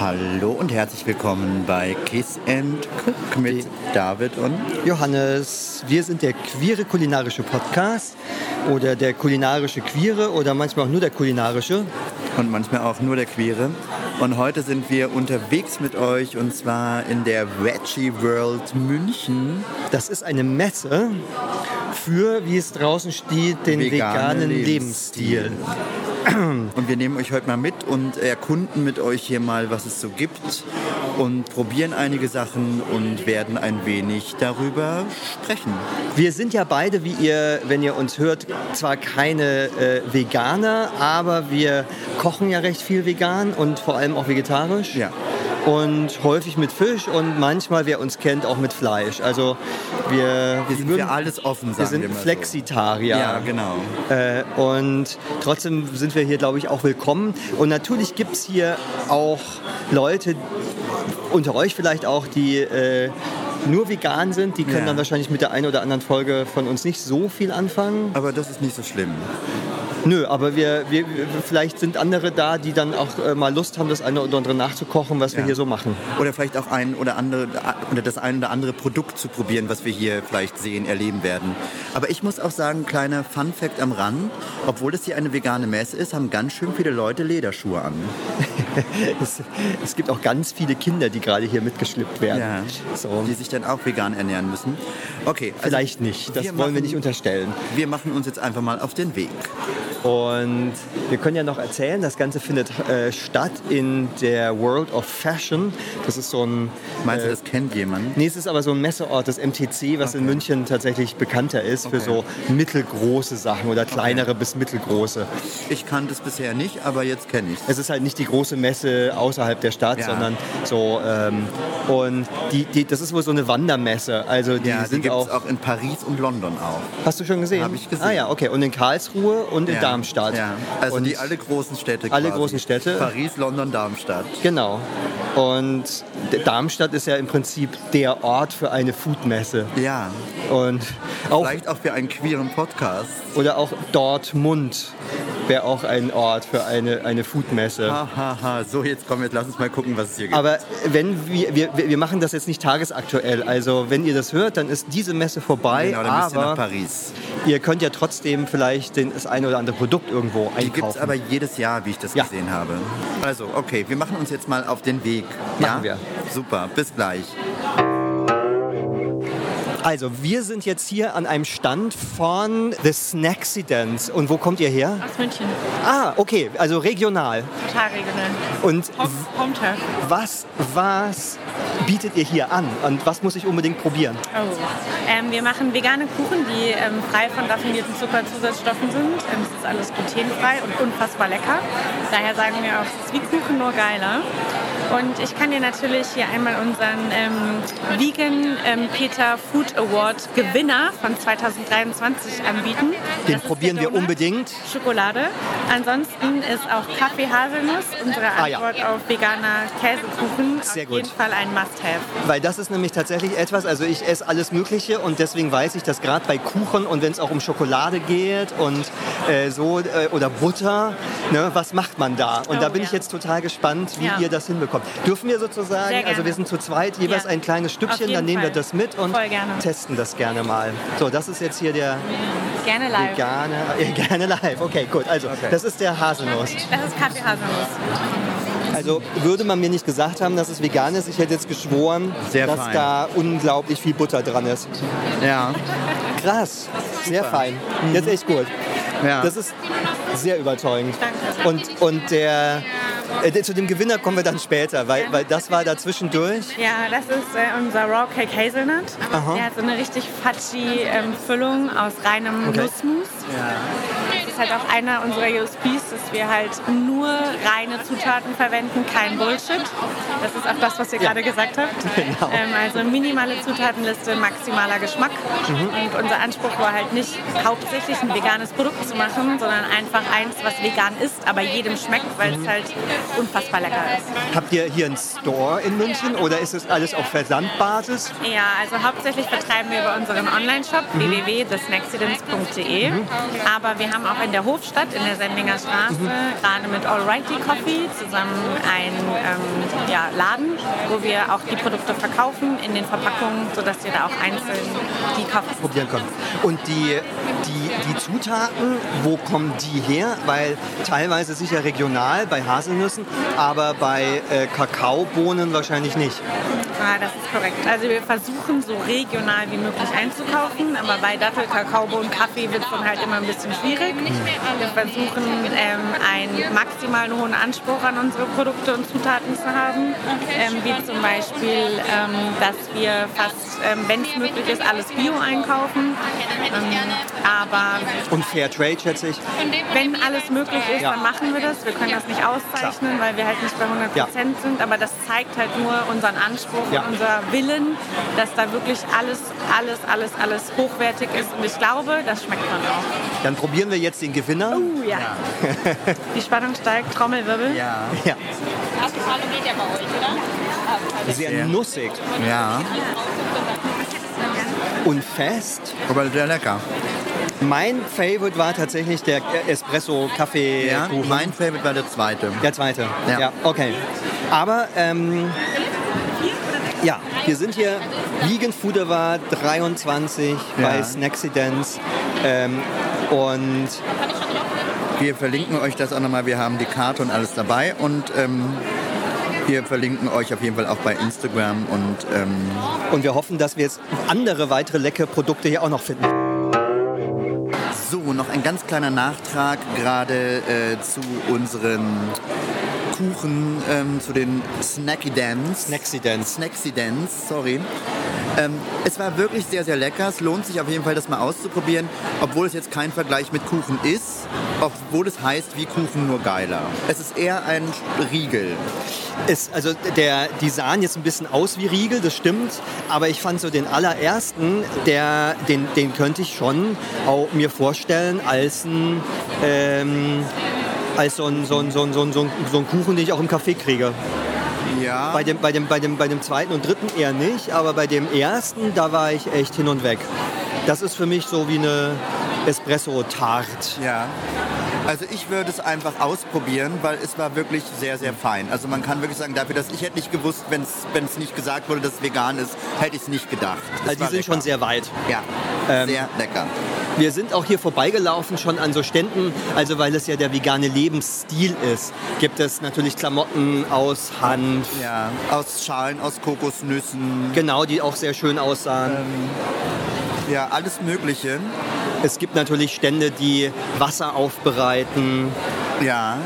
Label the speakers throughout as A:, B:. A: Hallo und herzlich willkommen bei Kiss and Cook mit David und
B: Johannes, wir sind der queere kulinarische Podcast oder der kulinarische queere oder manchmal auch nur der kulinarische.
A: und manchmal auch nur der Queere. Und heute sind wir unterwegs mit euch und zwar in der Veggie World München.
B: Das ist eine Messe für, wie es draußen steht, den veganen, Lebensstil.
A: Und wir nehmen euch heute mal mit und erkunden mit euch hier mal, was es so gibt und probieren einige Sachen und werden ein wenig darüber sprechen.
B: Wir sind ja beide, wie ihr, wenn ihr uns hört, zwar keine äh, Veganer, aber wir kochen ja recht viel vegan und vor allem auch vegetarisch.
A: Ja.
B: Und häufig mit Fisch und manchmal, wer uns kennt, auch mit Fleisch. Also wir,
A: Wir sind für alles offen, sagen
B: wir sind
A: mal so.
B: Flexitarier.
A: Ja, genau.
B: Äh, und trotzdem sind wir hier, glaube ich, auch willkommen. Und natürlich gibt es hier auch Leute, unter euch vielleicht auch, die äh, nur vegan sind. Die können
A: Ja.
B: dann wahrscheinlich mit der einen oder anderen Folge von uns nicht so viel anfangen.
A: Aber das ist nicht so schlimm.
B: Nö, aber wir, wir, wir vielleicht sind andere da, die dann auch äh, mal Lust haben, das eine oder andere nachzukochen, was wir
A: Ja.
B: hier so machen.
A: Oder vielleicht auch ein oder andere oder das ein oder andere Produkt zu probieren, was wir hier vielleicht sehen, erleben werden. Aber ich muss auch sagen, kleiner Fun Fact am Rand, obwohl das hier eine vegane Messe ist, haben ganz schön viele Leute Lederschuhe an.
B: es, es gibt auch ganz viele Kinder, die gerade hier mitgeschleppt werden. So.
A: Die sich dann auch vegan ernähren müssen. Okay, also
B: Vielleicht nicht, das
A: wir
B: wollen wir nicht unterstellen.
A: Wir machen uns jetzt einfach mal auf den Weg.
B: Und wir können ja noch erzählen, das Ganze findet äh, statt in der World of Fashion. Das ist so ein.
A: Meinst du, das kennt jemand?
B: Nee, es ist aber so ein Messeort, das MTC, was in München tatsächlich bekannter ist für so
A: Okay.
B: mittelgroße Sachen oder kleinere bis mittelgroße.
A: Ich kannte es bisher nicht, aber jetzt kenne ich es.
B: Es ist halt nicht die große Messe außerhalb der Stadt,
A: Ja.
B: sondern so. Ähm, und die, die, das ist wohl so eine Wandermesse. Also die
A: Ja, die
B: sind
A: gibt es
B: auch,
A: auch in Paris und London auch.
B: Hast du schon gesehen?
A: Hab ich gesehen.
B: Ah ja, okay. Und in Karlsruhe und in
A: Ja,
B: Darmstadt.
A: Ja. Also
B: und
A: die alle großen Städte.
B: Alle
A: quasi.
B: großen Städte.
A: Paris, London, Darmstadt.
B: Genau. Und D- Darmstadt ist ja im Prinzip der Ort für eine Foodmesse.
A: Ja,
B: Und auch,
A: vielleicht auch für einen queeren Podcast.
B: oder auch Dortmund wäre auch ein Ort für eine, eine Foodmesse.
A: Hahaha, so jetzt komm, jetzt lass uns mal gucken, was es hier gibt.
B: Aber wenn wir, wir, wir machen das jetzt nicht tagesaktuell. Also wenn ihr das hört, dann ist diese Messe vorbei.
A: genau, dann müsst ihr nach
B: aber
A: Paris.
B: ihr könnt ja trotzdem vielleicht den, das eine oder andere Produkt irgendwo
A: Die gibt es
B: einkaufen.
A: aber jedes Jahr, wie ich das
B: Ja.
A: gesehen habe. Also, okay, wir machen uns jetzt mal auf den Weg.
B: Machen
A: ja?
B: wir.
A: Super, bis gleich.
B: also wir sind jetzt hier an einem Stand von The Snacksidents. Und wo kommt ihr her?
C: Aus München.
B: Ah, okay, also regional.
C: Total regional.
B: Und
C: Hom- Hometown.
B: was, was bietet ihr hier an und was muss ich unbedingt probieren?
C: Oh. Ähm, wir machen vegane Kuchen, die ähm, frei von raffinierten Zuckerzusatzstoffen sind. Ähm, es ist alles glutenfrei und unfassbar lecker. Daher sagen wir auch, es ist wie Kuchen, nur geiler. Und ich kann dir natürlich hier einmal unseren ähm, Vegan ähm, Peter Food Award Gewinner von 2023 anbieten.
B: Den
C: Das ist
B: probieren
C: der
B: wir
C: Donut.
B: unbedingt.
C: Schokolade. Ansonsten ist auch Kaffee Haselnuss unsere
B: Ah, ja.
C: Antwort auf veganer Käsekuchen.
B: Sehr
C: auf
B: gut.
C: jeden Fall ein Must-Have.
B: Weil das ist nämlich tatsächlich etwas, also ich esse alles Mögliche und deswegen weiß ich, dass gerade bei Kuchen und wenn es auch um Schokolade geht und äh, so äh, oder Butter, ne, was macht man da? Und
C: Oh,
B: da bin
C: ja.
B: ich jetzt total gespannt, wie
C: Ja.
B: ihr das hinbekommt. Dürfen wir
C: Sehr
B: sozusagen,
C: gerne.
B: also wir sind zu zweit, jeweils
C: Ja.
B: ein kleines
C: Auf
B: Stückchen,
C: jeden
B: dann nehmen wir
C: Fall.
B: das mit und
C: Voll gerne.
B: testen das gerne mal. So, das ist jetzt hier der
C: Gerne live.
B: vegane, äh, gerne live. Okay, gut. Also, das ist der Haselnuss.
C: Das ist Kaffee Haselnuss.
B: Also würde man mir nicht gesagt haben, dass es vegan ist, ich hätte jetzt geschworen,
A: Sehr
B: dass
A: fein.
B: da unglaublich viel Butter dran ist.
A: Ja,
B: Krass, sehr fein. Jetzt echt gut.
A: Mhm. ja.
B: Das ist sehr überzeugend.
C: Danke.
B: Und, und der, äh, der- zu dem Gewinner kommen wir dann später, weil, weil das war dazwischendurch.
C: Ja, das ist äh, unser Raw Cake Hazelnut.
B: Aha.
C: Der hat so eine richtig fudgy ähm, Füllung aus reinem
B: Okay.
C: Nussmus.
A: ja.
C: Das ist halt auch einer unserer USPs, dass wir halt nur reine Zutaten verwenden, kein Bullshit. Das ist auch das, was ihr gerade gesagt habt.
B: Genau.
C: Ähm, also minimale Zutatenliste, maximaler Geschmack.
B: Mhm.
C: Und unser Anspruch war halt nicht hauptsächlich ein veganes Produkt zu machen, sondern einfach eins, was vegan ist, aber jedem schmeckt, weil
B: Mhm.
C: es halt unfassbar lecker ist.
B: Habt ihr hier einen Store in München oder ist es alles auf Versandbasis?
C: Ja, also hauptsächlich vertreiben wir über unseren Online-Shop www.thesnacksidents.de. Aber wir haben auch auch in der Hofstadt, in der Sendlinger Straße, gerade mit Alrighty Coffee zusammen einen ähm, ja, Laden, wo wir auch die Produkte verkaufen in den Verpackungen, sodass ihr da auch einzeln die kaufen
B: probieren können. Und die, die, die Zutaten, wo kommen die her? Weil teilweise sicher regional bei Haselnüssen, aber bei äh, Kakaobohnen wahrscheinlich nicht.
C: Ja, das ist korrekt. Also wir versuchen so regional wie möglich einzukaufen, aber bei Dattel, Kakao und Kaffee wird es dann halt immer ein bisschen schwierig. Wir versuchen ähm, einen maximalen hohen Anspruch an unsere Produkte und Zutaten zu haben, ähm, wie zum Beispiel, ähm, dass wir fast, ähm, wenn es möglich ist, alles Bio einkaufen. Ähm, aber
B: Und Fair Trade, schätze ich.
C: wenn alles möglich ist,
B: Ja.
C: dann machen wir das. Wir können das nicht auszeichnen, weil wir halt nicht bei 100
B: Ja.
C: Prozent sind. Aber das zeigt halt nur unseren Anspruch
B: Ja.
C: und unser Willen, dass da wirklich alles, alles, alles, alles hochwertig ist. Und ich glaube, das schmeckt man auch.
B: Dann probieren wir jetzt den Gewinner.
D: Oh.
C: Uh, ja. Die Spannung steigt, Trommelwirbel.
A: Ja.
B: Ja,
D: Alufalu geht ja bei euch, oder?
B: sehr
A: Sehr.
B: nussig
A: Ja.
B: und fest.
A: Aber sehr lecker.
B: Mein Favorite war tatsächlich der Espresso-Kaffee.
A: Ja, mein Favorite war der zweite.
B: Der zweite.
A: Ja.
B: okay. Aber ähm, ja, wir sind hier Vegan Food war 23 bei
A: Ja.
B: Snacksidence. Ähm, und
A: Wir verlinken euch das auch nochmal. Wir haben die Karte und alles dabei. Und ähm, wir verlinken euch auf jeden Fall auch bei Instagram. Und ähm,
B: Und wir hoffen, dass wir jetzt andere weitere leckere Produkte hier auch noch finden.
A: so, noch ein ganz kleiner Nachtrag gerade äh, zu unseren Kuchen, ähm, zu den Snacky Dance.
B: Snacksidence.
A: Snacksy Dance, sorry. Ähm, es war wirklich sehr, sehr lecker. Es lohnt sich auf jeden Fall, das mal auszuprobieren, obwohl es jetzt kein Vergleich mit Kuchen ist, obwohl es heißt, wie Kuchen nur geiler. Es ist eher ein Riegel.
B: Ist, also der, die sahen jetzt ein bisschen aus wie Riegel, das stimmt. Aber ich fand so den allerersten, der, den, den könnte ich schon auch mir vorstellen als ein... Ähm, als so ein, so, ein, so, ein, so, ein, so ein so ein Kuchen, den ich auch im Café kriege.
A: Ja.
B: Bei dem, bei, dem, bei, dem, bei dem zweiten und dritten eher nicht, aber bei dem ersten, da war ich echt hin und weg. Das ist für mich so wie eine Espresso-Tart.
A: Ja. Also ich würde es einfach ausprobieren, weil es war wirklich sehr, sehr fein. Also man kann wirklich sagen, dafür, dass ich hätte nicht gewusst, wenn es wenn es nicht gesagt wurde, dass es vegan ist, hätte ich es nicht gedacht. Es
B: Also die
A: war
B: sind
A: lecker.
B: schon sehr weit.
A: ja, sehr lecker.
B: Wir sind auch hier vorbeigelaufen, schon an so Ständen, also weil es ja der vegane Lebensstil ist, gibt es natürlich Klamotten aus Hanf,
A: Ja, aus Schalen, aus Kokosnüssen,
B: genau, die auch sehr schön aussahen.
A: ja, alles Mögliche.
B: Es gibt natürlich Stände, die Wasser aufbereiten
A: Ja,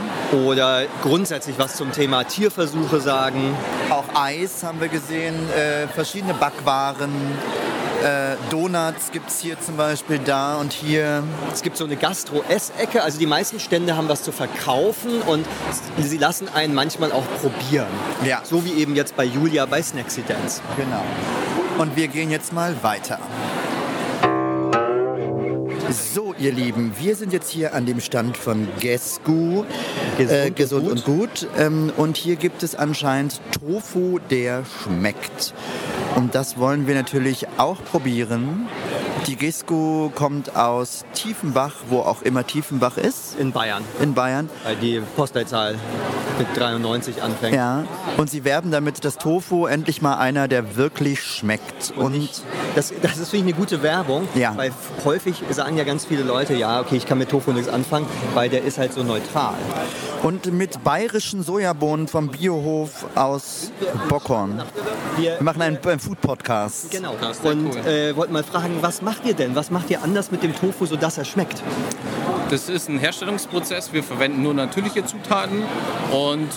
B: oder grundsätzlich was zum Thema Tierversuche sagen.
A: auch Eis haben wir gesehen, äh, verschiedene Backwaren, äh, Donuts gibt es hier zum Beispiel da und hier.
B: Es gibt so eine Gastro-Essecke, also die meisten Stände haben was zu verkaufen und sie lassen einen manchmal auch probieren.
A: Ja.
B: So wie eben jetzt bei Julia bei Snacksy Dance.
A: Genau. Und wir gehen jetzt mal weiter. So, ihr Lieben, wir sind jetzt hier an dem Stand von Gesgu,
B: Gesund
A: äh,
B: und
A: gesund
B: gut.
A: und gut. Ähm, und hier gibt es anscheinend Tofu, der schmeckt. Und das wollen wir natürlich auch probieren. Die Gesgu kommt aus Tiefenbach, wo auch immer Tiefenbach ist,
B: In Bayern,
A: in Bayern.
B: weil Äh, die Postleitzahl mit 93 anfängt.
A: Ja. Und sie werben damit, dass Tofu endlich mal einer, der wirklich schmeckt.
B: Und ich, das, das ist wirklich eine gute Werbung,
A: Ja.
B: weil f- häufig sagen ja ganz viele Leute, ja, okay, ich kann mit Tofu nichts anfangen, weil der ist halt so neutral.
A: Und mit bayerischen Sojabohnen vom Biohof aus Bockhorn.
B: Wir,
A: Wir machen einen, einen Food-Podcast.
B: genau. Und äh, wollten mal fragen, was macht ihr denn? Was macht ihr anders mit dem Tofu, sodass er schmeckt?
E: Das ist ein Herstellungsprozess. Wir verwenden nur natürliche Zutaten und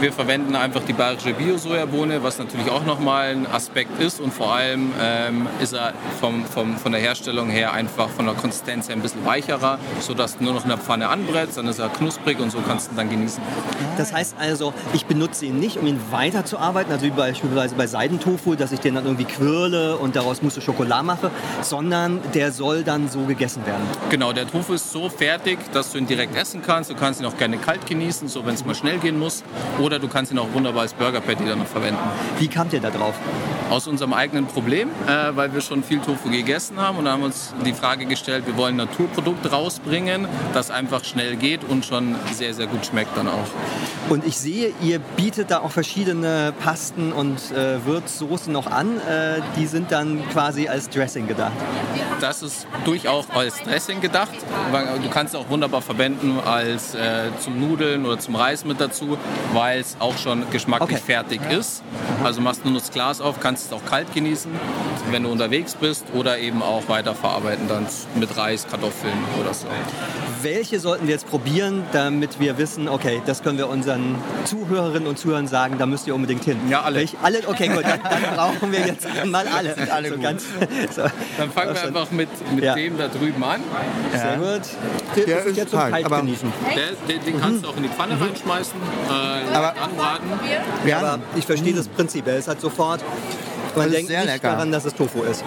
E: wir verwenden einfach die bayerische Bio-Sojabohne, was natürlich auch nochmal ein Aspekt ist. Und vor allem ähm, ist er vom, vom, von der Herstellung her einfach von der Konsistenz her ein bisschen weicherer, sodass du nur noch in der Pfanne anbrätst, dann ist er knusprig und so kannst du ihn dann genießen.
B: Das heißt also, ich benutze ihn nicht, um ihn weiterzuarbeiten, also wie beispielsweise bei Seidentofu, dass ich den dann irgendwie quirle und daraus Mousse Schokolade mache, sondern der soll dann so gegessen werden.
E: Genau, der Tofu ist so fertig, dass du ihn direkt essen kannst. Du kannst ihn auch gerne kalt genießen, so wenn es mal schnell gehen muss. Oder Oder du kannst ihn auch wunderbar als Burger Patty dann noch verwenden.
B: Wie kamt ihr da drauf?
E: Aus unserem eigenen Problem, äh, weil wir schon viel Tofu gegessen haben und dann haben wir uns die Frage gestellt, wir wollen ein Naturprodukt rausbringen, das einfach schnell geht und schon sehr, sehr gut schmeckt dann auch.
B: Und ich sehe, ihr bietet da auch verschiedene Pasten und äh, Würzsoßen noch an. Äh, die sind dann quasi als Dressing gedacht.
E: Das ist durchaus als Dressing gedacht. weil Du kannst es auch wunderbar verwenden als äh, zum Nudeln oder zum Reis mit dazu, weil es auch schon geschmacklich
B: Okay.
E: fertig ist. Also machst nur das Glas auf, kannst es auch kalt genießen, wenn du unterwegs bist oder eben auch weiterverarbeiten dann mit Reis, Kartoffeln oder so.
B: Welche sollten wir jetzt probieren, damit wir wissen, okay, das können wir unseren Zuhörerinnen und Zuhörern sagen, da müsst ihr unbedingt hin.
E: Ja, alle.
B: Welch, alle okay, gut, dann, dann brauchen wir jetzt mal alle. alle so
A: gut.
B: Ganz, so.
E: Dann fangen wir einfach mit, mit
B: Ja.
E: dem da drüben an.
B: Sehr gut. Der,
A: Der
B: ist
A: ist
B: jetzt so
A: kalt,
B: kalt
A: aber-
B: genießen.
E: Der, den, den kannst du auch in die
A: Mhm.
E: Pfanne reinschmeißen, äh,
A: Aber-
E: anbraten.
A: Ja,
B: Aber ich verstehe das Prinzip. Er ist halt sofort. Man
A: ist
B: denkt
A: sehr
B: nicht
A: lecker.
B: daran, dass es Tofu ist.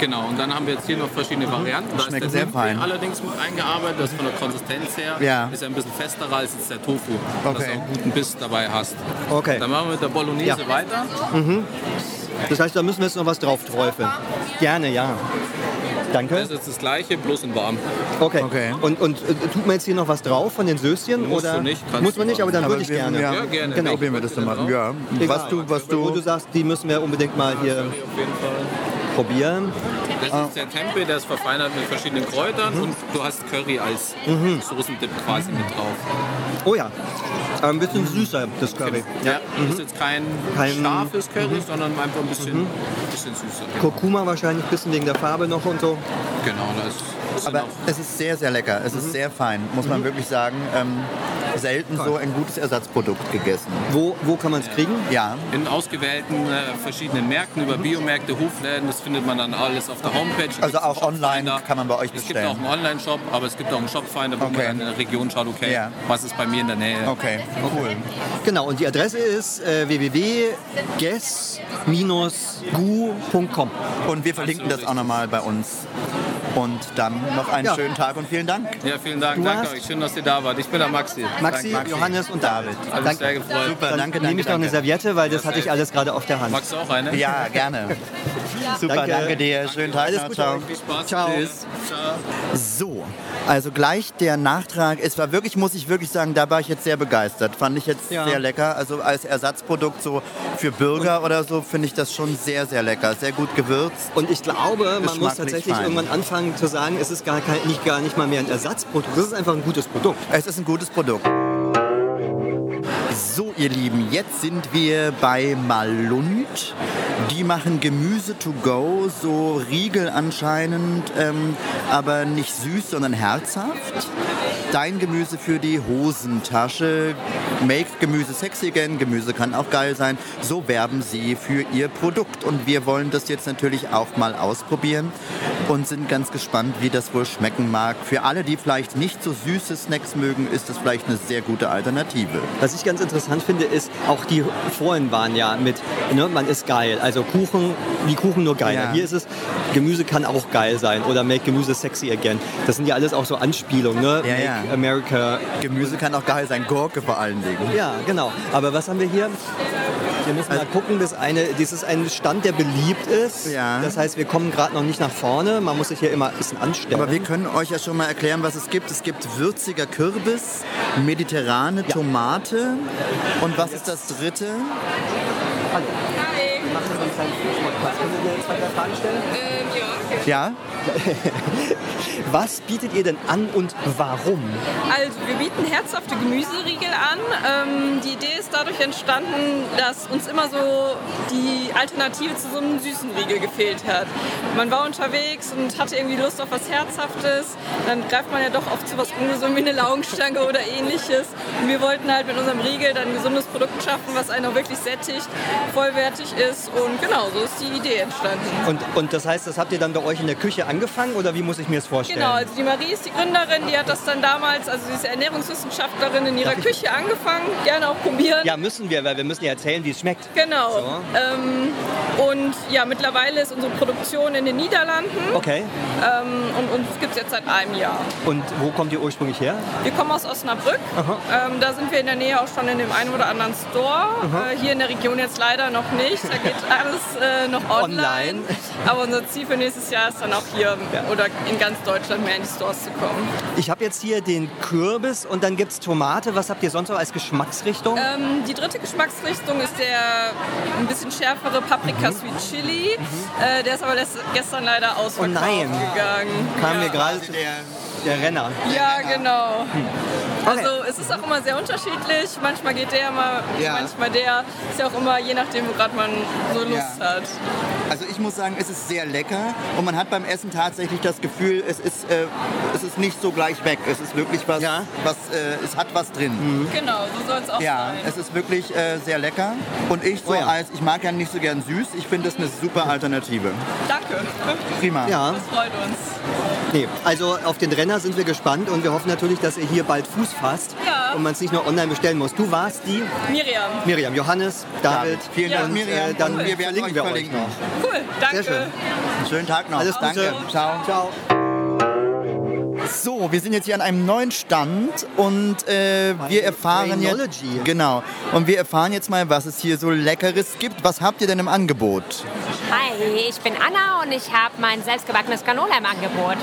E: Genau, und dann haben wir jetzt hier noch verschiedene Varianten. Da
A: Schmeckt
E: ist der
A: Mhm. sehr
E: Senf
A: fein.
E: allerdings mit eingearbeitet, das von der Konsistenz her
A: Ja.
E: ist er ein bisschen festerer als jetzt der Tofu, dass
A: Okay.
E: du auch einen guten Biss dabei hast.
B: Okay.
E: Dann machen wir mit der Bolognese
B: Ja.
E: weiter.
B: Das heißt, da müssen wir jetzt noch was drauf träufeln. Gerne, ja. Danke.
E: Das ist jetzt das gleiche, bloß in warm.
B: Okay.
A: Okay.
B: Und, und äh, tut man jetzt hier noch was drauf von den Söschen?
E: Musst
B: oder
E: du nicht, kannst
B: Muss man
E: du
B: nicht, aber dann
A: aber
B: würde ich
A: wir-
B: gerne. Genau.
A: Ja,
E: Ja, gerne.
A: Genau.
E: Welche
A: Probieren wir das zu
E: wollt ihr
A: machen.
E: denn
A: Ja.
B: Egal.
A: Was du, was
B: Wo du
A: du.
B: sagst, die müssen wir unbedingt mal hier
E: Auf jeden Fall.
B: probieren.
E: Das
A: Ah.
E: ist der Tempeh, der ist verfeinert mit verschiedenen Kräutern
A: Mhm.
E: und du hast Curry als Soßendip quasi mit drauf.
B: Oh ja. Aber ein bisschen süßer, das Curry.
E: Ja. Ist
A: Mhm.
E: jetzt kein,
B: Kein-
E: scharfes Curry, sondern einfach ein bisschen, bisschen süßer.
B: Kurkuma wahrscheinlich ein bisschen wegen der Farbe noch und so.
E: Genau, da ist ist
A: Aber
E: noch
A: es ist sehr, sehr lecker. Es
B: Mhm.
A: ist sehr fein, muss man wirklich sagen. Ähm, selten so ein gutes Ersatzprodukt gegessen.
B: Wo, wo kann man es kriegen?
A: Ja,
E: In ausgewählten äh, verschiedenen Märkten, über Biomärkte, Hofläden, das findet man dann alles auf der Homepage. Es
A: Also
E: gibt
A: auch
E: einen
A: online
E: Shopfinder.
A: kann man bei euch
E: Es gibt
A: bestellen.
E: auch einen Online-Shop, aber es gibt auch einen Shopfinder, wo
A: Okay.
E: man dann in der Region schaut, okay,
A: Ja.
E: was ist bei mir in der Nähe.
A: okay, cool.
B: Genau, und die Adresse ist äh, www.guess-gu.com.
A: Und wir verlinken das auch nochmal bei uns. Und dann noch einen
B: Ja.
A: schönen Tag und vielen Dank.
E: Ja, vielen Dank.
B: Du
E: Danke
B: hast-
E: euch. Schön, dass ihr da wart. Ich bin der Maxi.
B: Maxi,
A: Maxi.
B: Johannes und David.
E: Hat mich sehr gefreut.
A: Super,
B: Dann
A: danke, danke.
B: nehme ich noch eine
A: danke.
B: Serviette, weil das hatte ich alles gerade auf der Hand.
E: Magst du auch eine?
A: Ja, gerne. Super, danke,
B: Danke.
A: dir. Schönen Tag.
B: Alles
A: noch.
B: Gute
A: Ciao.
B: euch.
E: Viel Spaß.
B: Ciao.
E: Tschüss. Ciao.
A: So, also gleich der Nachtrag. Es war wirklich, muss ich wirklich sagen, da war ich jetzt sehr begeistert. Fand ich jetzt
B: Ja.
A: sehr lecker. Also als Ersatzprodukt so für Bürger oder so finde ich das schon sehr, sehr lecker. Sehr gut gewürzt.
B: Und ich glaube, man muss
A: Geschmacklich
B: tatsächlich
A: fein.
B: irgendwann anfangen zu sagen, es ist gar, kein, nicht, gar nicht mal mehr ein Ersatzprodukt, es ist einfach ein gutes Produkt.
A: Es ist ein gutes Produkt. So, ihr Lieben, jetzt sind wir bei Malund. Die machen Gemüse to go, so Riegel anscheinend, ähm, aber nicht süß, sondern herzhaft. Dein Gemüse für die Hosentasche. Make Gemüse sexy again. Gemüse kann auch geil sein. So werben sie für ihr Produkt. Und wir wollen das jetzt natürlich auch mal ausprobieren und sind ganz gespannt, wie das wohl schmecken mag. Für alle, die vielleicht nicht so süße Snacks mögen, ist das vielleicht eine sehr gute Alternative.
B: Was ich ganz interessant finde, ist, auch die vorhin waren ja mit, ne, man ist geil. Also Kuchen, wie Kuchen nur geiler.
A: Ja.
B: Hier ist es, Gemüse kann auch geil sein oder Make Gemüse sexy again. Das sind ja alles auch so Anspielungen, ne?
A: Ja,
B: Make
A: ja.
B: America.
A: Gemüse kann auch geil sein. Gurke vor allen Dingen.
B: Ja, genau. Aber was haben wir hier? Wir müssen
A: Also
B: mal gucken, das, eine, das ist ein Stand, der beliebt ist.
A: Ja.
B: Das heißt, wir kommen gerade noch nicht nach vorne. Man muss sich hier immer ein bisschen anstellen.
A: Aber wir können euch ja schon mal erklären, was es gibt. Es gibt würziger Kürbis, mediterrane Tomate und was ist das dritte?
B: Hallo. Machen wir einen kleinen Frühstück. Können wir dir jetzt mal eine Frage stellen?
A: Ja?
B: Was bietet ihr denn an und warum?
F: Also wir bieten herzhafte Gemüseriegel an. Ähm, die Idee ist dadurch entstanden, dass uns immer so die Alternative zu so einem süßen Riegel gefehlt hat. Man war unterwegs und hatte irgendwie Lust auf was Herzhaftes. Dann greift man ja doch oft zu was Ungesundem wie eine Laugenstange oder ähnliches. Und wir wollten halt mit unserem Riegel dann ein gesundes Produkt schaffen, was einen auch wirklich sättigt, vollwertig ist. Und genau, so ist die Idee entstanden.
B: Und, und das heißt, das habt ihr dann bei euch in der Küche angefangen oder wie muss ich mir das vorstellen?
F: Genau, also die Marie ist die Gründerin, die hat das dann damals, also sie ist Ernährungswissenschaftlerin in ihrer Küche angefangen, gerne auch probieren.
B: Ja, müssen wir, weil wir müssen ja erzählen, wie es schmeckt.
F: Genau.
B: So.
F: Ähm, und ja, mittlerweile ist unsere Produktion in den Niederlanden
B: Okay.
F: ähm, und uns gibt es jetzt seit einem Jahr.
B: Und wo kommt ihr ursprünglich her?
F: Wir kommen aus Osnabrück. Ähm, da sind wir in der Nähe auch schon in dem einen oder anderen Store. Äh, hier in der Region jetzt leider noch nicht. Da geht alles äh, noch online.
B: Online.
F: Aber unser Ziel für nächstes Jahr ist dann auch hier
B: Ja.
F: oder in ganz Deutschland mehr in die Stores zu kommen.
B: Ich habe jetzt hier den Kürbis und dann gibt es Tomate. Was habt ihr sonst noch als Geschmacksrichtung?
F: Ähm, die dritte Geschmacksrichtung ist der ein bisschen schärfere
B: Mhm.
F: Paprika Sweet Chili. Äh, der ist aber les- gestern leider ausverkauft
B: Oh nein.
F: gegangen.
B: Kam
F: ja.
B: mir gerade zu- der, Renner.
F: Ja, genau.
B: Okay.
F: Also es ist auch immer sehr unterschiedlich. Manchmal geht der, mal,
A: Ja.
F: manchmal der. Ist ja auch immer je nachdem, wo gerade man so Lust
A: Ja.
F: hat.
A: Also ich muss sagen, es ist sehr lecker und man hat beim Essen tatsächlich das Gefühl, es ist, äh, es ist nicht so gleich weg. Es ist wirklich was,
B: Ja.
A: was äh, es hat was drin.
B: Mhm.
F: Genau, so soll es auch
A: Ja,
F: sein.
A: es ist wirklich äh, sehr lecker. Und ich so
B: Oh ja.
A: als, ich mag ja nicht so gern süß, ich finde das eine super Alternative.
F: Danke,
A: Prima.
B: Ja,
F: das freut uns.
B: nee. Also auf den Renner sind wir gespannt und wir hoffen natürlich, dass ihr hier bald Fuß fasst
F: Ja.
B: und man es nicht nur online bestellen muss. Du warst die
F: Miriam,
B: Miriam, Johannes, David.
A: Vielen
F: Ja.
A: Dank,
B: Und,
A: Miriam.
B: äh, dann
A: Und wir werden
B: verlinken
A: euch
B: wir euch
A: verlinken.
B: noch.
F: cool, danke.
B: schön.
A: Schönen Tag noch.
B: Alles Gute.
A: Danke. Ciao.
B: Ciao.
A: So, wir sind jetzt hier an einem neuen Stand und äh, wir erfahren jetzt
B: Brainology.
A: genau und wir erfahren jetzt mal, was es hier so Leckeres gibt. Was habt ihr denn im Angebot?
G: Hi, ich bin Anna und ich habe mein selbstgebackenes Granola im Angebot.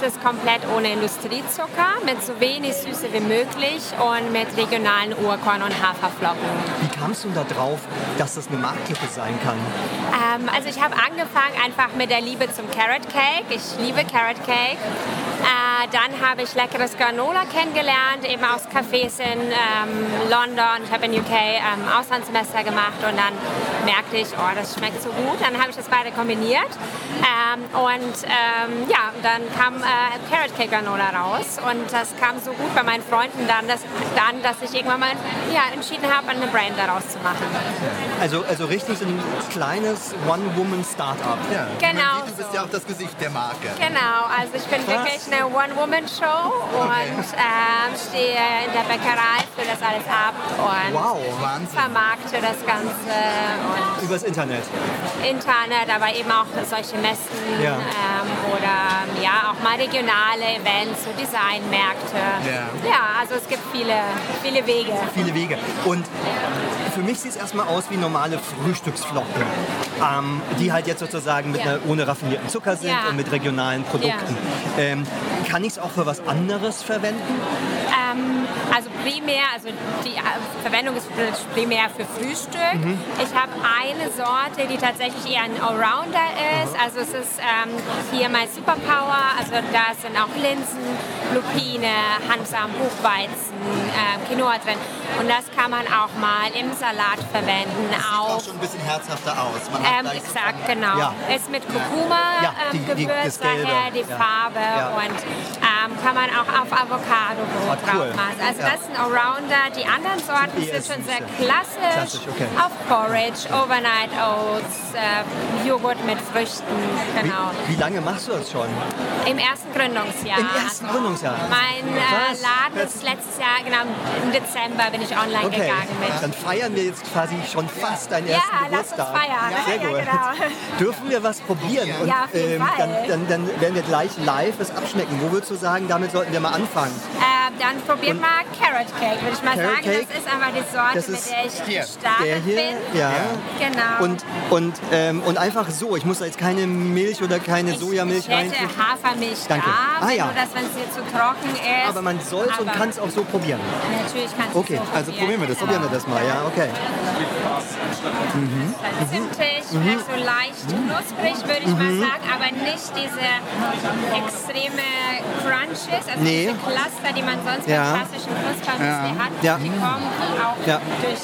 G: Es ist komplett ohne Industriezucker, mit so wenig Süße wie möglich und mit regionalen Urkorn und Haferflocken.
B: Wie kamst du denn da drauf, dass das eine Marktlücke sein kann?
G: Ähm, also ich habe angefangen einfach mit der Liebe zum Carrot Cake. Ich liebe Carrot Cake. Äh, dann habe ich leckeres Granola kennengelernt, eben aus Cafés in ähm, London. Ich habe in UK ähm, Auslandssemester gemacht und dann merkte ich, oh, das schmeckt so gut. Dann habe ich das beide kombiniert ähm, und ähm, ja, dann kam äh, Carrot Cake Granola raus und das kam so gut bei meinen Freunden dann, dass, dann, dass ich irgendwann mal ja, entschieden habe, eine Brand daraus zu machen.
B: Also, also richtig ein kleines One-Woman-Startup.
A: Ja,
G: Genau sieht, du bist
A: bist
G: so. ja
A: ja auch das Gesicht der Marke.
G: Genau, also ich bin wirklich eine One-Woman-Show und ähm, stehe in der Bäckerei, fülle das alles ab und
B: Wow.
G: vermarkte das Ganze und
B: Übers Internet.
G: Internet, aber eben auch solche Messen
B: Ja.
G: ähm, oder ja auch mal regionale Events, so Designmärkte.
A: Ja.
G: ja, also es gibt viele, viele Wege.
B: Viele Wege. Und für mich sieht es erstmal aus wie normale Frühstücksflocken, ähm, die halt jetzt sozusagen mit
G: Ja.
B: einer, ohne raffinierten Zucker sind
G: Ja.
B: und mit regionalen Produkten. Ähm, kann ich es auch für was anderes verwenden?
G: Ähm, also primär, also die äh, Verwendung ist primär für Frühstück. Ich habe eine Sorte, die tatsächlich eher ein Allrounder ist. Also es ist ähm, hier mein Superpower. Also da sind auch Linsen, Lupine, Hanfsamen, Buchweizen, äh, Quinoa drin. Und das kann man auch mal im Salat verwenden.
A: Auch
G: Auch
A: schon ein bisschen herzhafter aus. Man hat
G: ähm,
A: gleich-
G: exakt, genau.
B: Ja.
G: Ist mit Kurkuma
B: Ja, die-
G: ähm,
B: die- das
G: gewürzt,
B: Gelbe.
G: daher die
B: Ja.
G: Farbe
B: Ja.
G: und ähm, kann man auch auf Avocado-Brot
B: Ah, cool.
G: drauf machen. Also
B: Ja.
G: das ist ein Allrounder. Die anderen Sorten
B: Eher
G: sind schon
B: süße.
G: sehr klassisch.
B: Klassisch, okay.
G: Auf Porridge, Overnight Oats, äh, Joghurt mit Früchten, genau.
B: Wie, wie lange machst du das schon?
G: Im ersten Gründungsjahr.
B: Im ersten Gründungsjahr?
G: Mein
B: Krass.
G: äh, Laden ist letztes Jahr, genau im Dezember bin ich online
B: Okay,
G: gegangen mit.
B: dann feiern wir jetzt quasi schon fast deinen ersten
G: Ja, lass uns
B: Geburtstag.
G: feiern.
B: Sehr
G: Ja,
B: gut.
G: genau.
B: Dürfen wir was probieren? Und, ähm,
G: Ja, auf jeden Fall.
B: Dann, dann, dann werden wir gleich live es abschmecken. Wo würdest du sagen, damit sollten wir mal anfangen?
G: Äh, dann probiert mal Carrot Cake, würde ich mal
B: Carrot
G: sagen.
B: Cake?
G: Das ist einfach die Sorte,
B: Das
G: mit
B: ist
G: der
A: hier.
G: ich gestartet bin.
B: Ja.
G: Genau.
B: Und, und, ähm, und einfach so. Ich muss da jetzt keine Milch oder keine Sojamilch
G: ich, ich hätte
B: rein.
G: Hafermilch
B: Danke.
G: da,
B: Ah, ja.
G: nur dass wenn es hier zu trocken ist.
B: Aber man soll es und
G: Aber
B: kann es auch so probieren.
G: Natürlich kannst
B: Okay,
G: du es so
B: also
A: probieren wir das.
G: Genau.
B: Probieren wir das mal, ja, okay.
G: Dann Zimtig,
B: Mhm.
G: vielleicht so leicht knusprig, würde ich mal sagen, aber nicht diese extreme Crunches, also
B: Nee.
G: diese Cluster, die man sonst
B: Ja.
G: beim klassischen Knuspermüsli hat.
B: Ja.
G: Die kommen auch
B: Ja.
G: durch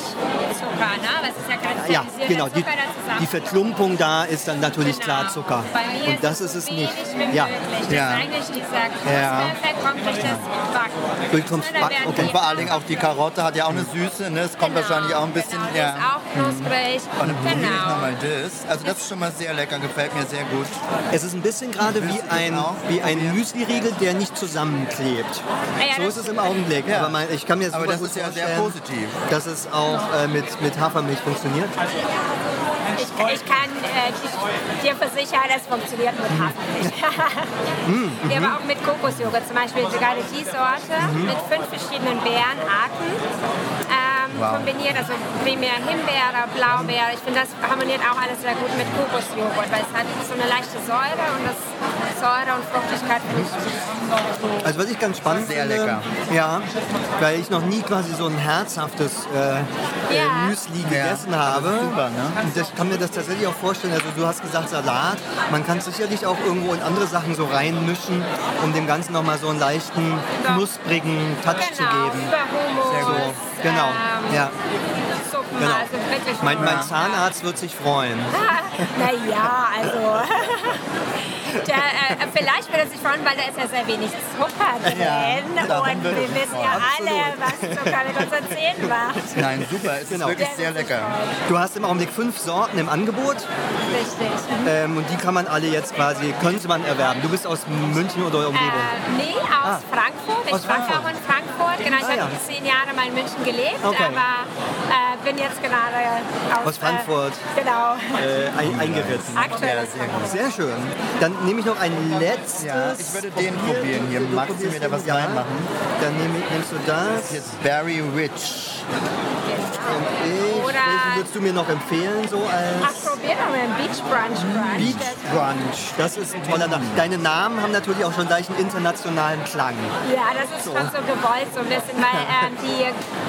G: Zucker, ne? Aber es ist ja ganz
B: Ja, genau. Die,
G: Zucker da zusammen. Genau.
B: die Verklumpung da ist dann natürlich klar Zucker.
G: Bei mir
B: Und das ist
G: so
B: es nicht.
G: wenig wie
B: Ja.
G: möglich. Das
A: Ja.
G: ist eigentlich dieser
B: Ja.
G: Großeffekt kommt durch das Backen. Ne,
B: Durch das
G: Da
B: Backen,
G: werden
B: okay.
G: die-
B: Und
A: Vor allen Dingen auch die Karotte hat ja auch eine Süße, ne? Es kommt
G: Genau,
A: wahrscheinlich auch ein bisschen.
G: Genau, die
A: ja.
G: ist auch knusprig.
A: Und dann
B: Mhm.
A: probiere ich
G: Genau.
A: nochmal das. Also das ist schon mal sehr lecker, gefällt mir sehr gut.
B: Es ist ein bisschen gerade wie
A: Willst du das
B: ein,
A: auch
B: wie ein Müsli-Riegel, der nicht zusammenklebt.
G: ja,
B: So
G: das-
B: ist es im Augenblick.
A: Ja.
B: Aber mein, ich kann mir super
A: Aber das
B: gut
A: ist ja sehr
B: vorstellen,
A: positiv.
B: dass es auch äh, mit, mit Hafermilch funktioniert.
G: Ich, ich kann äh, die- dir versichern, es funktioniert mit Hafermilch.
B: Mhm.
G: Wir haben auch mit Kokosjoghurt, zum Beispiel sogar die Sorte
B: Mhm.
G: mit fünf verschiedenen Beerenarten ähm,
A: Wow.
G: kombiniert, also primär Himbeere, Blaubeere. Ich finde, das harmoniert auch alles sehr gut mit Kokosjoghurt, weil es hat so eine leichte Säure und das Säure und Fruchtigkeit finde ich
B: Also was ich ganz spannend
A: Sehr
B: finde,
A: lecker.
B: ja, weil ich noch nie quasi so ein herzhaftes äh,
G: Ja.
B: äh, Müsli
A: Ja,
B: gegessen
A: aber
B: habe.
A: super, ne?
B: Und ich kann mir das tatsächlich auch vorstellen. Also du hast gesagt Salat. Man kann sicherlich auch irgendwo in andere Sachen so reinmischen, um dem Ganzen nochmal so einen leichten, knusprigen Touch zu
G: genau.
B: geben.
G: Über Hummus,
B: So, genau.
G: ähm,
B: Ja,
G: Suppen,
B: Genau.
G: also wirklich
B: mein, mein
G: Hummus.
B: Zahnarzt wird sich freuen.
G: Naja, also. Der, äh, vielleicht wird er sich freuen, weil da ist ja sehr wenig Zucker drin.
A: Ja, darum
G: und
A: wird
G: wir
A: es
G: wissen
A: sich
G: ja
A: freuen.
G: alle, was Zucker mit unseren Zähnen macht.
A: Nein, super, es
B: Genau.
A: ist wirklich sehr lecker.
B: Du hast im Augenblick fünf Sorten im Angebot
G: Richtig.
B: ähm, und die kann man alle jetzt quasi, könnte man erwerben. Du bist aus München oder Umgebung.
G: Äh, nee, aus Frankfurt. Ich
B: Ah. Aus
G: war auch in Frankfurt. Genau, ich
B: Ah, ja.
G: habe zehn Jahre mal in München gelebt,
B: Okay.
G: aber äh, bin jetzt gerade aus,
B: Aus Frankfurt.
G: Äh, genau.
B: äh, ein, eingerissen.
G: Aktuell aus Frankfurt.
B: Sehr schön. Dann nehme ich noch ein letztes.
A: Ja, ich würde den
B: von dir.
A: probieren hier.
B: Du
A: Magst du
B: probierst
A: mir da was
B: den? Ja.
A: reinmachen?
B: Dann nehme ich, nimmst du das.
A: Jetzt Berry Rich.
B: Ich,
G: Oder-
B: welchen würdest du mir noch empfehlen so
G: Ach,
B: als
G: probier doch mal einen Beach Brunch Brunch.
B: Beach Brunch? Das ist ein toller
A: Mm.
B: Name. Deine Namen haben natürlich auch schon gleich einen internationalen Klang.
G: Ja, das ist schon so gewollt so ein bisschen, weil ähm, die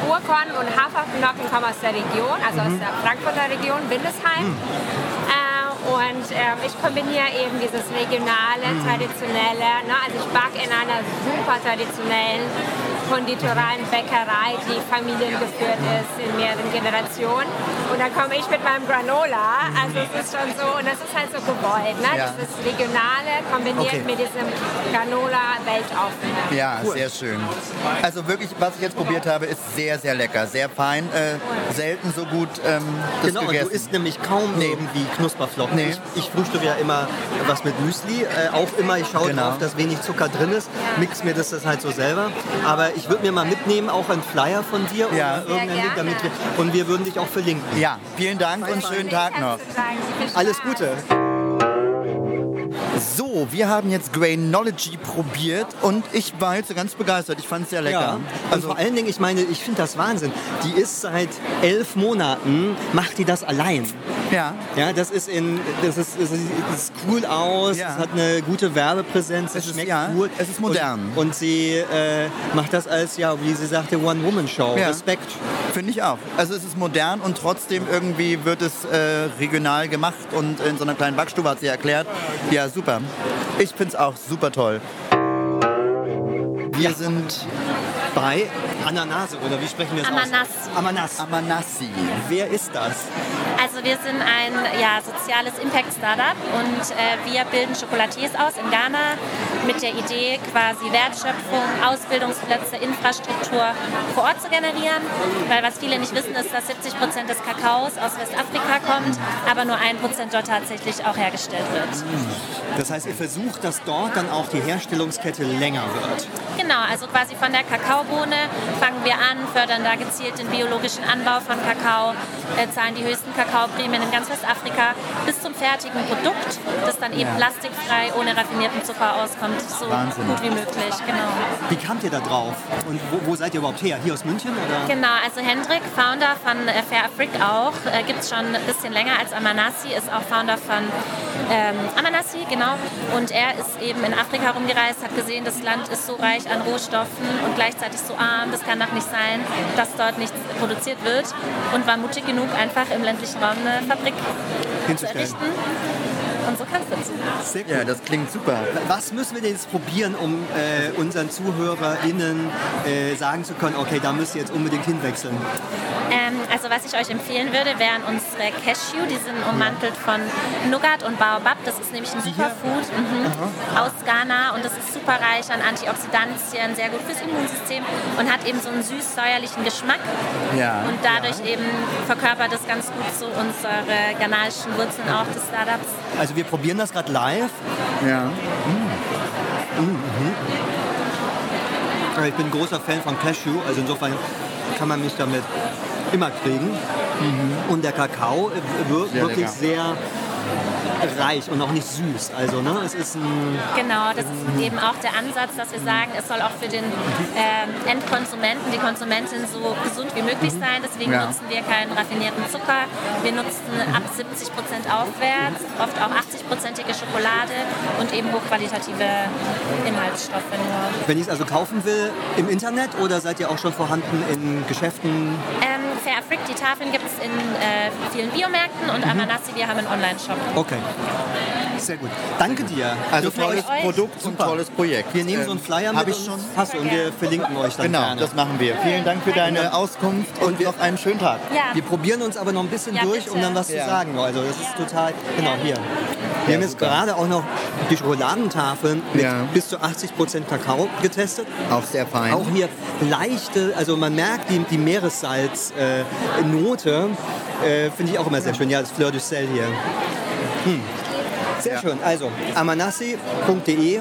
G: Urkorn und Haferflocken kommen aus der Region, also aus der Frankfurter Region, Windesheim. Äh, und ähm, ich kombiniere eben dieses regionale, traditionelle, ne? also ich backe in einer super traditionellen konditoralen Bäckerei, die familiengeführt ist in mehreren Generationen. Und dann komme ich mit meinem Granola, also es ist schon so, und das ist halt so gewollt, ne?
A: Ja.
G: dieses regionale kombiniert
B: Okay.
G: mit diesem Granola-Weltoffener.
A: Ja, sehr schön. Also wirklich, was ich jetzt probiert habe, ist sehr, sehr lecker. Sehr fein, äh, selten so gut ähm, das
B: Genau, und du
A: gegessen.
B: isst nämlich kaum
A: Nee.
B: irgendwie Knusperflocken.
A: Nee.
B: Ich, ich frühstücke ja immer was mit Müsli. Äh, auch immer, ich schaue
A: Genau.
B: drauf, dass wenig Zucker drin ist. Mix mir das, das halt so selber. Aber ich würde mir mal mitnehmen, auch einen Flyer von dir
A: Ja.
B: oder irgendeinen Link, damit wir, und wir würden dich auch verlinken.
A: ja, vielen Dank und schönen Tag noch.
B: Alles Gute.
A: So, wir haben jetzt Grainology probiert und ich war jetzt ganz begeistert. Ich fand es sehr lecker. Also,
B: Ja. Und vor allen Dingen, ich meine, ich finde das Wahnsinn. Die ist seit elf Monaten, macht die das allein.
A: ja.
B: Ja, das ist in, das ist, das ist, das ist cool aus,
A: Ja.
B: es hat eine gute Werbepräsenz,
A: Es
B: es
A: ist-
B: schmeckt
A: ja,
B: cool.
A: es ist modern.
B: Und, und sie äh, macht das als, ja, wie sie sagte, One-Woman-Show.
A: Ja.
B: Respekt.
A: Finde ich auch. Also es ist modern und trotzdem irgendwie wird es äh, regional gemacht und in so einer kleinen Backstube hat sie erklärt. Ja, super. Ich finde es auch super toll. Wir sind
B: Bei Ananase, oder wie sprechen wir das
H: Ananas.
B: aus? Ananas.
A: Amanassi.
B: Wer ist das?
H: Also wir sind ein ja, soziales Impact-Startup und äh, wir bilden Chocolatiers aus in Ghana mit der Idee, quasi Wertschöpfung, Ausbildungsplätze, Infrastruktur vor Ort zu generieren. Weil was viele nicht wissen, ist, dass 70 Prozent des Kakaos aus Westafrika kommt, aber nur ein Prozent dort tatsächlich auch hergestellt wird.
B: Das heißt, ihr versucht, dass dort dann auch die Herstellungskette länger wird.
H: Genau, also quasi von der Kakaobohne fangen wir an, fördern da gezielt den biologischen Anbau von Kakao, äh, zahlen die höchsten Kakaoprämien in ganz Westafrika bis zum fertigen Produkt, das dann eben
A: Ja.
H: plastikfrei, ohne raffinierten Zucker auskommt, so
A: Wahnsinn.
H: gut wie möglich. Genau.
B: Wie kamt ihr da drauf? Und wo, wo seid ihr überhaupt her? Hier aus München? Oder?
H: genau, also Hendrik, Founder von äh, Fair Afrik auch, äh, gibt es schon ein bisschen länger als Amanassi, ist auch Founder von ähm, Amanassi, genau. Und er ist eben in Afrika rumgereist, hat gesehen, das Land ist so reich an Rohstoffen und gleichzeitig so arm, das kann doch nicht sein, dass dort nichts produziert wird und war mutig genug, einfach im ländlichen Raum eine Fabrik zu
B: Hinzustellen.
H: errichten. Und so kam es dazu.
B: Sehr gut.
A: Ja, das klingt super.
B: Was müssen wir denn jetzt probieren, um äh, unseren ZuhörerInnen äh, sagen zu können, okay, da müsst ihr jetzt unbedingt hinwechseln?
H: Ähm, also
G: Also was ich euch empfehlen würde, wären unsere Cashew. Die sind ummantelt von Nougat und Baobab. Das ist nämlich ein Superfood mhm. aus Ghana und das ist super reich an Antioxidantien, sehr gut fürs Immunsystem und hat eben so einen süß-säuerlichen Geschmack.
A: Ja.
G: Und dadurch eben verkörpert das ganz gut so unsere ghanaischen Wurzeln auch des Startups.
B: Also wir probieren das gerade live.
A: Ja.
B: Aber Äh, Ich bin ein großer Fan von Cashew, also insofern kann man mich damit immer kriegen. Und der Kakao äh, wirkt
A: Sehr
B: wirklich
A: lecker.
B: Mhm. sehr reich und auch nicht süß. Also ne, es ist ein,
G: Genau, das ist eben auch der Ansatz, dass wir sagen, es soll auch für den ähm, Endkonsumenten, die Konsumentin so gesund wie möglich sein. Deswegen
A: Ja.
G: nutzen wir keinen raffinierten Zucker. Wir nutzen ab 70 Prozent aufwärts, oft auch 80-prozentige Schokolade und eben hochqualitative Inhaltsstoffe nur.
B: wenn ich es also kaufen will, im Internet oder seid ihr auch schon vorhanden in Geschäften?
G: Ähm, Fair Frick, die Tafeln gibt es in äh, vielen Biomärkten und Amanassi, wir haben einen Online-Shop.
B: Okay. Sehr gut. Danke dir. Also
A: Ein tolles
B: Frau,
G: euch.
A: Produkt und
B: Super.
A: ein tolles Projekt.
B: wir nehmen so einen
A: Ähm,
B: Flyer mit
A: hab ich
B: uns.
A: schon.
B: Hast du, und wir verlinken euch dann
A: Genau,
B: gerne.
A: das machen wir. Vielen Dank für deine Auskunft und,
B: wir-
A: noch einen schönen Tag.
G: Ja,
B: Wir probieren uns aber noch ein bisschen
G: Ja,
B: durch, um
G: bitte.
B: dann was
A: Ja.
B: zu sagen. Also das ist total, genau hier. Wir
A: Ja,
B: haben jetzt
A: super.
B: gerade auch noch die Schokoladentafeln mit
A: Ja.
B: bis zu 80% Kakao getestet.
A: Auch sehr fein.
B: Auch hier leichte, also man merkt die, die Meeressalznote, äh, Note, äh, finde ich auch immer sehr schön. Ja, das Fleur du Sel hier. Hm. Sehr
A: Ja.
B: schön. Also amanassi.de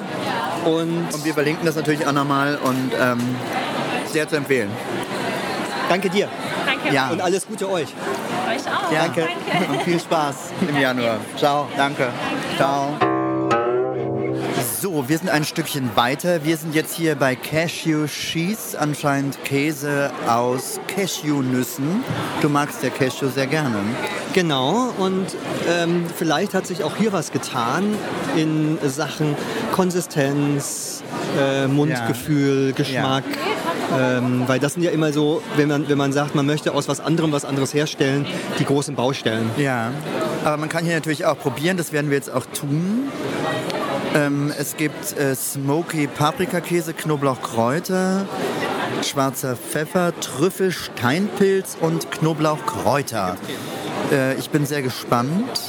B: und
A: und wir verlinken das natürlich auch nochmal und ähm, sehr zu empfehlen.
B: danke dir
G: danke
A: Ja.
B: und alles Gute euch.
G: euch auch.
A: Danke. Und viel Spaß im Januar. Ciao. Danke. Ciao. So, wir sind ein Stückchen weiter. Wir sind jetzt hier bei Cashew Cheese, anscheinend Käse aus Cashewnüssen. Du magst ja Cashew sehr gerne.
B: Genau, und ähm, vielleicht hat sich auch hier was getan in Sachen Konsistenz, äh, Mundgefühl, Geschmack. Ähm, weil das sind ja immer so, wenn man, wenn man sagt, man möchte aus was anderem was anderes herstellen, die großen Baustellen.
A: Ja, aber man kann hier natürlich auch probieren, das werden wir jetzt auch tun. Ähm, es gibt äh, Smoky Paprikakäse, Knoblauchkräuter, schwarzer Pfeffer, Trüffel, Steinpilz und Knoblauchkräuter. Äh, ich bin sehr gespannt.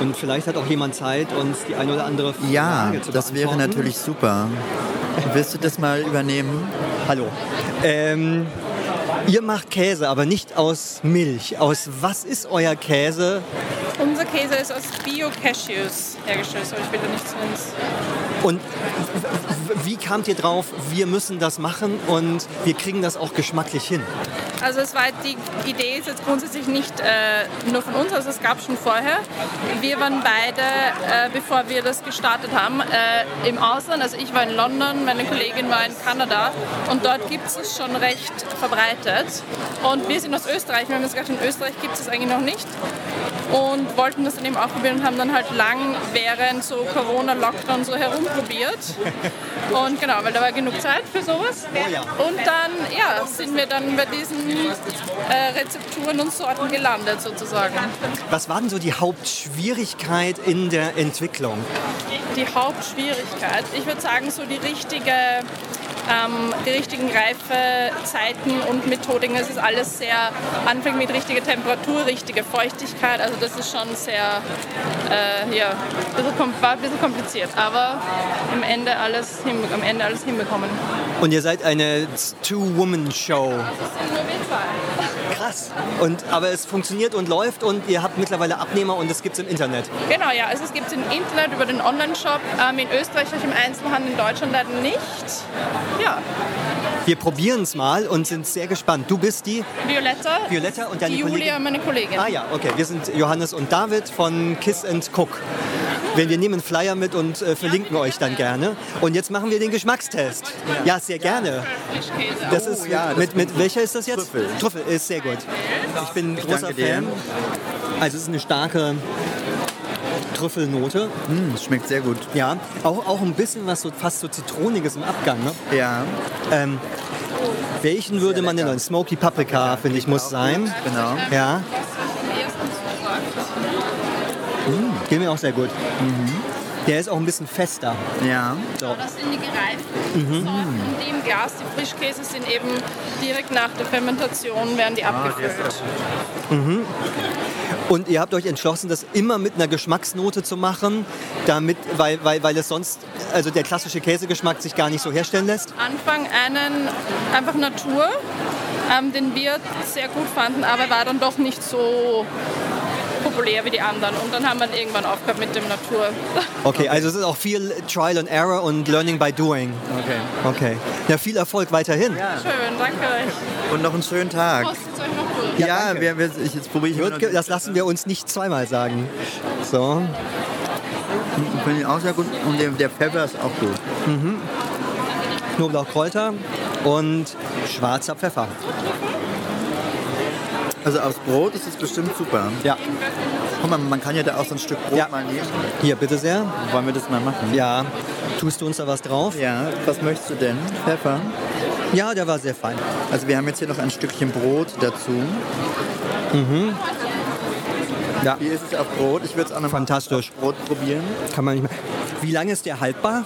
B: Und vielleicht hat auch jemand Zeit, uns die ein oder andere Frage
A: Ja,
B: zu
A: das wäre
B: beantworten.
A: natürlich super. Willst du das mal übernehmen?
B: Hallo. Ähm, ihr macht Käse, aber nicht aus Milch. Aus was ist euer Käse?
F: Unser Käse ist aus Bio-Cashews hergestellt, so ich will da nichts uns.
B: Und w- w- wie kamt ihr drauf, wir müssen das machen und wir kriegen das auch geschmacklich hin?
F: Also es war die Idee ist jetzt grundsätzlich nicht äh, nur von uns, also es gab schon vorher. Wir waren beide, äh, bevor wir das gestartet haben, äh, im Ausland. Also ich war in London, meine Kollegin war in Kanada und dort gibt es es schon recht verbreitet. Und wir sind aus Österreich, wir haben uns gedacht, in Österreich gibt es es eigentlich noch nicht. und wollten das dann eben auch probieren und haben dann halt lang während so Corona-Lockdown so herumprobiert. Und genau, weil da war genug Zeit für sowas.
B: ja.
F: Und dann, ja, sind wir dann bei diesen äh, Rezepturen und Sorten gelandet sozusagen.
B: Was war denn so die Hauptschwierigkeit in der Entwicklung?
F: Die Hauptschwierigkeit, ich würde sagen, so die richtige ähm, die richtigen Reifezeiten und Methodiken. Es ist alles sehr Anfang mit richtiger Temperatur, richtiger Feuchtigkeit. Also das ist schon sehr, äh, ja, ein bisschen, kom- war ein bisschen kompliziert, aber am Ende alles, hinbe am Ende alles hinbekommen.
B: Und ihr seid eine Two-Woman-Show. Krass. Und, aber es funktioniert und läuft und ihr habt mittlerweile Abnehmer und das gibt's im Internet.
F: Genau, ja, also es gibt es im Internet über den Online-Shop, ähm, in Österreich vielleicht im Einzelhandel, in Deutschland leider nicht. Ja,
B: Wir probieren's mal und sind sehr gespannt. Du bist die?
F: Violetta,
B: Violetta und deine
F: die Julia, meine Kollegin.
B: Ah ja, okay. Wir sind Johannes und David von Kiss and Cook. Wir wir nehmen einen Flyer mit und äh, verlinken euch dann gerne. Und jetzt machen wir den Geschmackstest. Ja, sehr gerne.
F: Frischkäse.
B: Das ist
A: Oh, ja, das
B: mit, mit welcher ist das jetzt?
A: Trüffel.
B: Trüffel ist sehr gut. Ich bin ein großer
A: danke dir.
B: Fan. Also es ist eine starke Trüffelnote.
A: Hm, es schmeckt sehr gut.
B: Ja, auch, auch ein bisschen was so fast so zitroniges im Abgang. Ne?
A: Ja,
B: Ähm, welchen würde man denn
A: lecker.
B: nennen? Smoky Paprika, finde ich, muss sein.
A: genau.
B: Ja.
A: Mhm.
B: Mmh, geht mir auch sehr gut. Der ist auch ein bisschen fester.
A: Ja.
B: So.
F: Das sind die gereiften Sorten in dem Glas. Die Frischkäse sind eben direkt nach der Fermentation werden die abgefüllt.
B: Und ihr habt euch entschlossen, das immer mit einer Geschmacksnote zu machen, damit, weil, weil, weil es sonst, also der klassische Käsegeschmack sich gar nicht so herstellen lässt.
F: Anfang einen einfach Natur, ähm, den wir sehr gut fanden, aber war dann doch nicht so populär wie die anderen. Und dann haben wir dann irgendwann aufgehört mit dem Natur.
B: Okay, also es ist auch viel Trial and Error und Learning by Doing.
A: Okay.
B: Okay. Ja, viel Erfolg weiterhin.
F: Schön, danke euch.
A: Und noch einen schönen Tag.
F: Kostet euch noch gut.
A: Ja,
B: danke.
A: wir, wir, ich, jetzt probiere ich
B: Wird ge- Das lassen wir uns nicht zweimal sagen. So.
A: Finde ich auch sehr gut. Und der, der Pfeffer ist auch gut.
B: Knoblauchkräuter und schwarzer Pfeffer.
A: Also aufs Brot ist es bestimmt super.
B: Ja,
A: Guck mal, man kann ja da auch so ein Stück Brot
B: Ja.
A: mal nehmen.
B: hier bitte sehr.
A: Wollen wir das mal machen?
B: Ja, tust du uns da was drauf?
A: Ja, was möchtest du denn? Pfeffer?
B: Ja, der war sehr fein.
A: Also wir haben jetzt hier noch ein Stückchen Brot dazu. Mhm.
B: Ja,
A: Hier ist es auf Brot. Ich würde es auch noch mal
B: Fantastisch.
A: auf Brot probieren.
B: kann man nicht mehr. Wie lange ist der haltbar?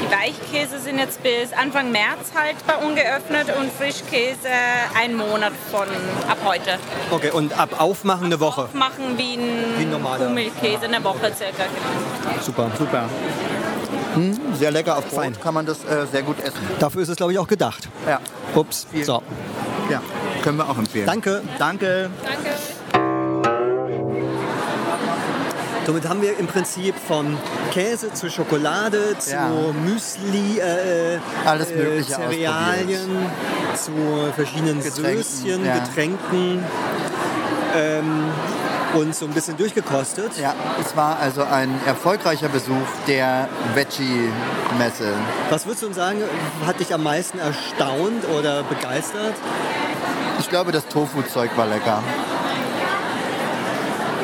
C: Die Weichkäse sind jetzt bis Anfang März halt haltbar ungeöffnet und Frischkäse ein Monat von ab heute.
B: Okay, und ab Aufmachen eine Woche.
C: Machen
B: Wie
C: wie
B: ein
C: ein
B: normaler.
C: Kuhmilchkäse eine Woche circa. Genau.
B: Super.
A: Super. Hm, sehr lecker auf Brot. Kann man das äh, sehr gut essen.
B: Dafür ist es, glaube ich, auch gedacht.
A: Ja.
B: Ups, so.
A: ja. Können wir auch empfehlen.
B: Danke.
A: Danke.
B: Somit haben wir im Prinzip von Käse zu Schokolade zu
A: Ja.
B: Müsli, äh,
A: Alles
B: äh,
A: Mögliche
B: Cerealien, zu verschiedenen
A: Getränken,
B: Söschen,
A: ja.
B: Getränken ähm, und so ein bisschen durchgekostet.
A: Ja, es war also ein erfolgreicher Besuch der Veggie-Messe.
B: Was würdest du uns sagen, hat dich am meisten erstaunt oder begeistert?
A: Ich glaube, das Tofu-Zeug war lecker.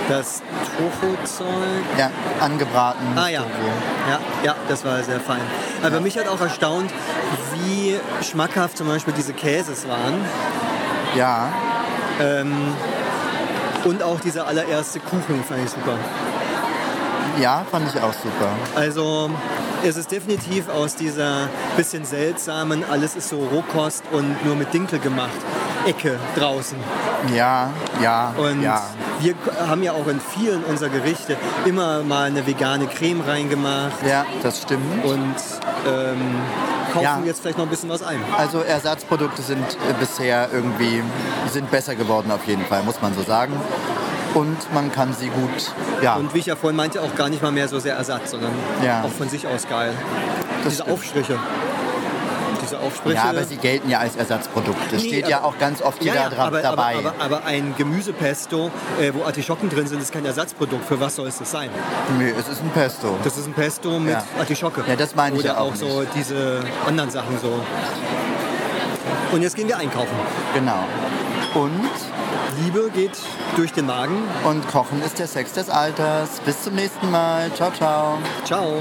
B: Das Tofu-Zeug?
A: Ja, angebraten.
B: Ah ja. ja, ja, das war sehr fein. Aber mich hat auch erstaunt, wie schmackhaft zum Beispiel diese Käses waren.
A: Ja,
B: Und auch dieser allererste Kuchen fand ich super.
A: ja, fand ich auch super.
B: Also es ist definitiv aus dieser bisschen seltsamen, alles ist so Rohkost und nur mit Dinkel gemacht, Ecke draußen.
A: Ja, ja,
B: Und
A: ja.
B: wir haben ja auch in vielen unserer Gerichte immer mal eine vegane Creme reingemacht
A: Ja, das stimmt.
B: und ähm, kaufen
A: Ja.
B: jetzt vielleicht noch ein bisschen was ein.
A: Also Ersatzprodukte sind äh, bisher irgendwie sind besser geworden auf jeden Fall, muss man so sagen. Und man kann sie gut, ja,
B: Und wie ich ja vorhin meinte, auch gar nicht mal mehr so sehr Ersatz, sondern
A: Ja.
B: auch von sich aus geil.
A: Das
B: Diese
A: stimmt.
B: Aufstriche. Diese Aufstriche.
A: ja, aber sie gelten ja als Ersatzprodukte.
B: Nee,
A: Steht ja
B: aber-
A: auch ganz oft
B: Ja,
A: jeder
B: ja,
A: dran
B: aber,
A: dabei.
B: Aber, aber, aber ein Gemüsepesto, äh, wo Artischocken drin sind, ist kein Ersatzprodukt. Für was soll es das sein?
A: Nö, es ist ein Pesto.
B: Das ist ein Pesto mit
A: Ja.
B: Artischocke.
A: Ja, das meine ich
B: Oder
A: ja auch
B: so diese anderen Sachen so. Und jetzt gehen wir einkaufen.
A: Genau. Und,
B: Liebe geht durch den Magen.
A: und Kochen ist der Sex des Alters. Bis zum nächsten Mal. Ciao, ciao.
B: Ciao.